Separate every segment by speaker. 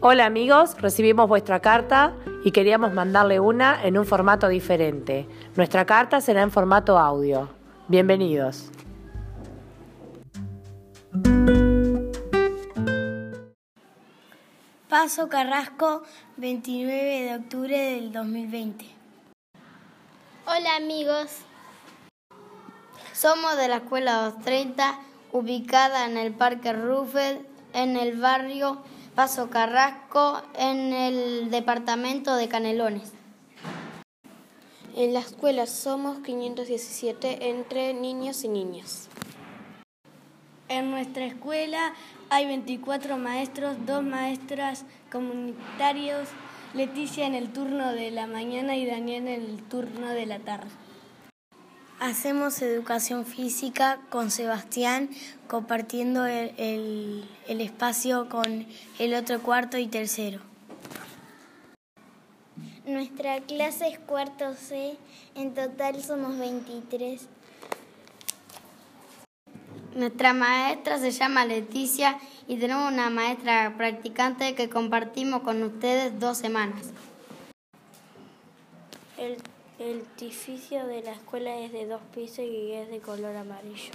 Speaker 1: Hola amigos, recibimos vuestra carta y queríamos mandarle una en un formato diferente. Nuestra carta será en formato audio. Bienvenidos.
Speaker 2: Paso Carrasco, 29 de octubre del 2020.
Speaker 3: Hola amigos, somos de la Escuela 230, ubicada en el Parque Ruffel, en el barrio Paso Carrasco, en el departamento de Canelones.
Speaker 4: En la escuela somos 517 entre niños y niñas.
Speaker 5: En nuestra escuela hay 24 maestros, dos maestras comunitarios, Leticia en el turno de la mañana y Daniela en el turno de la tarde.
Speaker 2: Hacemos educación física con Sebastián, compartiendo el, el- el espacio con el otro cuarto y tercero.
Speaker 6: Nuestra clase es cuarto C, en total somos 23.
Speaker 3: Nuestra maestra se llama Leticia y tenemos una maestra practicante que compartimos con ustedes dos semanas.
Speaker 7: El, el edificio de la escuela es de dos pisos y es de color amarillo.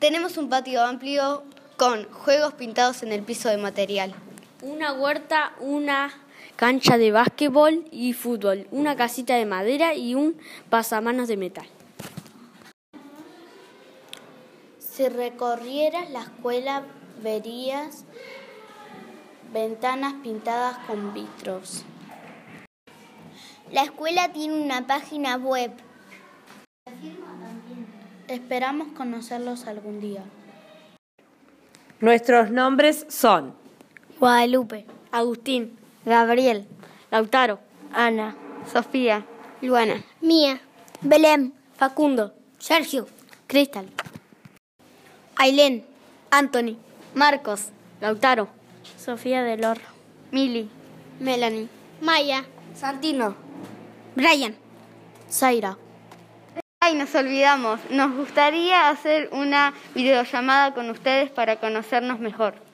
Speaker 8: Tenemos un patio amplio con juegos pintados en el piso de material.
Speaker 7: Una huerta, una cancha de básquetbol y fútbol, una casita de madera y un pasamanos de metal.
Speaker 3: Si recorrieras la escuela verías ventanas pintadas con vitros.
Speaker 6: La escuela tiene una página web.
Speaker 3: Esperamos conocerlos algún día.
Speaker 1: Nuestros nombres son
Speaker 2: Guadalupe.
Speaker 7: Agustín,
Speaker 8: Gabriel,
Speaker 7: Lautaro,
Speaker 8: Ana, Sofía, Luana.
Speaker 6: Mía. Belén.
Speaker 7: Facundo,
Speaker 8: Sergio,
Speaker 7: Cristal,
Speaker 8: Ailén,
Speaker 7: Anthony,
Speaker 8: Marcos,
Speaker 7: Lautaro,
Speaker 6: Sofía del Horro.
Speaker 8: Mili, Melanie,
Speaker 6: Maya.
Speaker 8: Santino, Brian.
Speaker 3: Zaira.
Speaker 8: Ay, nos olvidamos. Nos gustaría hacer una videollamada con ustedes para conocernos mejor.